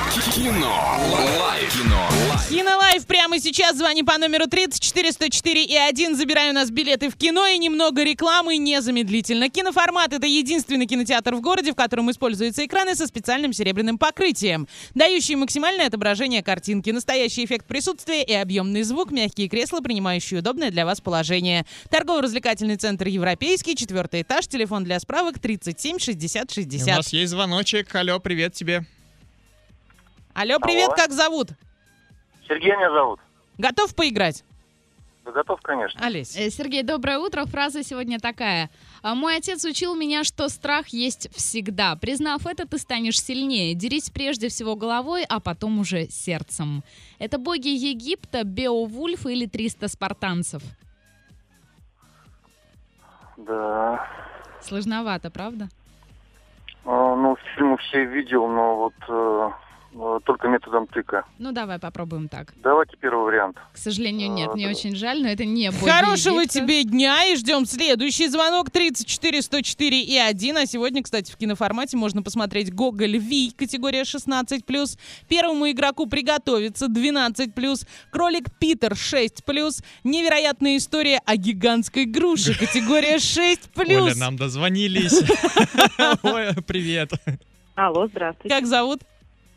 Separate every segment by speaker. Speaker 1: Кино. Лайф. Кино. Лайф.
Speaker 2: Кинолайф прямо сейчас. Звони по номеру 34 104 и 1. Забирай у нас билеты в кино и немного рекламы незамедлительно. Киноформат — это единственный кинотеатр в городе, в котором используются экраны со специальным серебряным покрытием, дающие максимальное отображение картинки, настоящий эффект присутствия и объемный звук, мягкие кресла, принимающие удобное для вас положение. Торгово-развлекательный центр «Европейский», четвертый этаж, телефон для справок 37 60
Speaker 3: И
Speaker 2: 60.
Speaker 3: У нас есть звоночек. Алло, привет тебе.
Speaker 2: Алло, привет,
Speaker 4: Алло.
Speaker 2: как зовут?
Speaker 4: Сергей меня зовут.
Speaker 2: Готов поиграть?
Speaker 4: Да готов, конечно.
Speaker 2: Олесь.
Speaker 5: Э, Сергей, доброе утро. Фраза сегодня такая. «А Мой отец учил меня, что страх есть всегда. Признав это, ты станешь сильнее. Дерись прежде всего головой, а потом уже сердцем. Это боги Египта, Беовульф или 300 спартанцев.
Speaker 4: Да.
Speaker 5: Сложновато, правда?
Speaker 4: Э, Ну, фильмы все видел, но вот э, э, только методом тыка.
Speaker 5: Ну, давай попробуем так.
Speaker 4: Давайте первый вариант.
Speaker 5: К сожалению, нет,
Speaker 4: А,
Speaker 5: мне
Speaker 4: да.
Speaker 5: очень жаль, но это не боги
Speaker 2: Хорошего
Speaker 5: Египта.
Speaker 2: тебе дня и ждем следующий звонок 34 104 и 1. А сегодня, кстати, в киноформате можно посмотреть «Гоголь Ви» категория 16+, «Первому игроку приготовиться» 12+, «Кролик Питер» 6+, «Невероятная история о гигантской груше» категория 6+.
Speaker 3: Оля, нам дозвонились. Оля, привет.
Speaker 6: Алло, здравствуйте.
Speaker 2: Как зовут?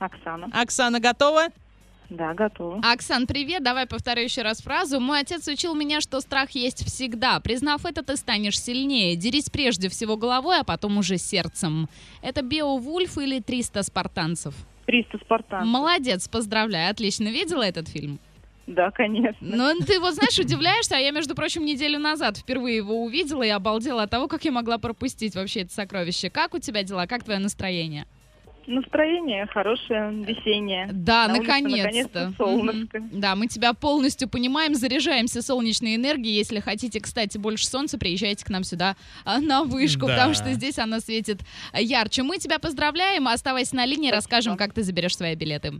Speaker 6: Оксана.
Speaker 2: Оксана готова?
Speaker 6: Да, готова.
Speaker 5: Оксан, привет. Давай повторю еще раз фразу. Мой отец учил меня, что страх есть всегда. Признав это, ты станешь сильнее. Дерись прежде всего головой, а потом уже сердцем. Это Беовульф или 300 спартанцев?
Speaker 6: 300 спартан.
Speaker 5: Молодец, поздравляю. Отлично. Видела этот фильм?
Speaker 6: Да, конечно.
Speaker 5: Ну, ты его, знаешь, удивляешься, а я, между прочим, неделю назад впервые его увидела и обалдела от того, как я могла пропустить вообще это сокровище. Как у тебя дела? Как твое настроение?
Speaker 6: Настроение хорошее, весеннее.
Speaker 5: Да,
Speaker 6: М-м. На улице
Speaker 5: наконец-то.
Speaker 6: наконец-то солнышко.
Speaker 5: Мгм. Да, мы тебя полностью понимаем, заряжаемся солнечной энергией. Если хотите, кстати, больше солнца, приезжайте к нам сюда а, на вышку,
Speaker 3: Да.
Speaker 5: потому что здесь она светит ярче. Мы тебя поздравляем, оставайся на линии,
Speaker 6: Спасибо.
Speaker 5: расскажем, как ты заберешь свои билеты.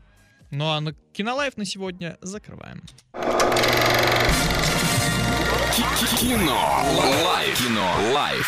Speaker 3: Ну а на кинолайф на сегодня закрываем.
Speaker 1: Кино. Лайф. Кино. Лайф.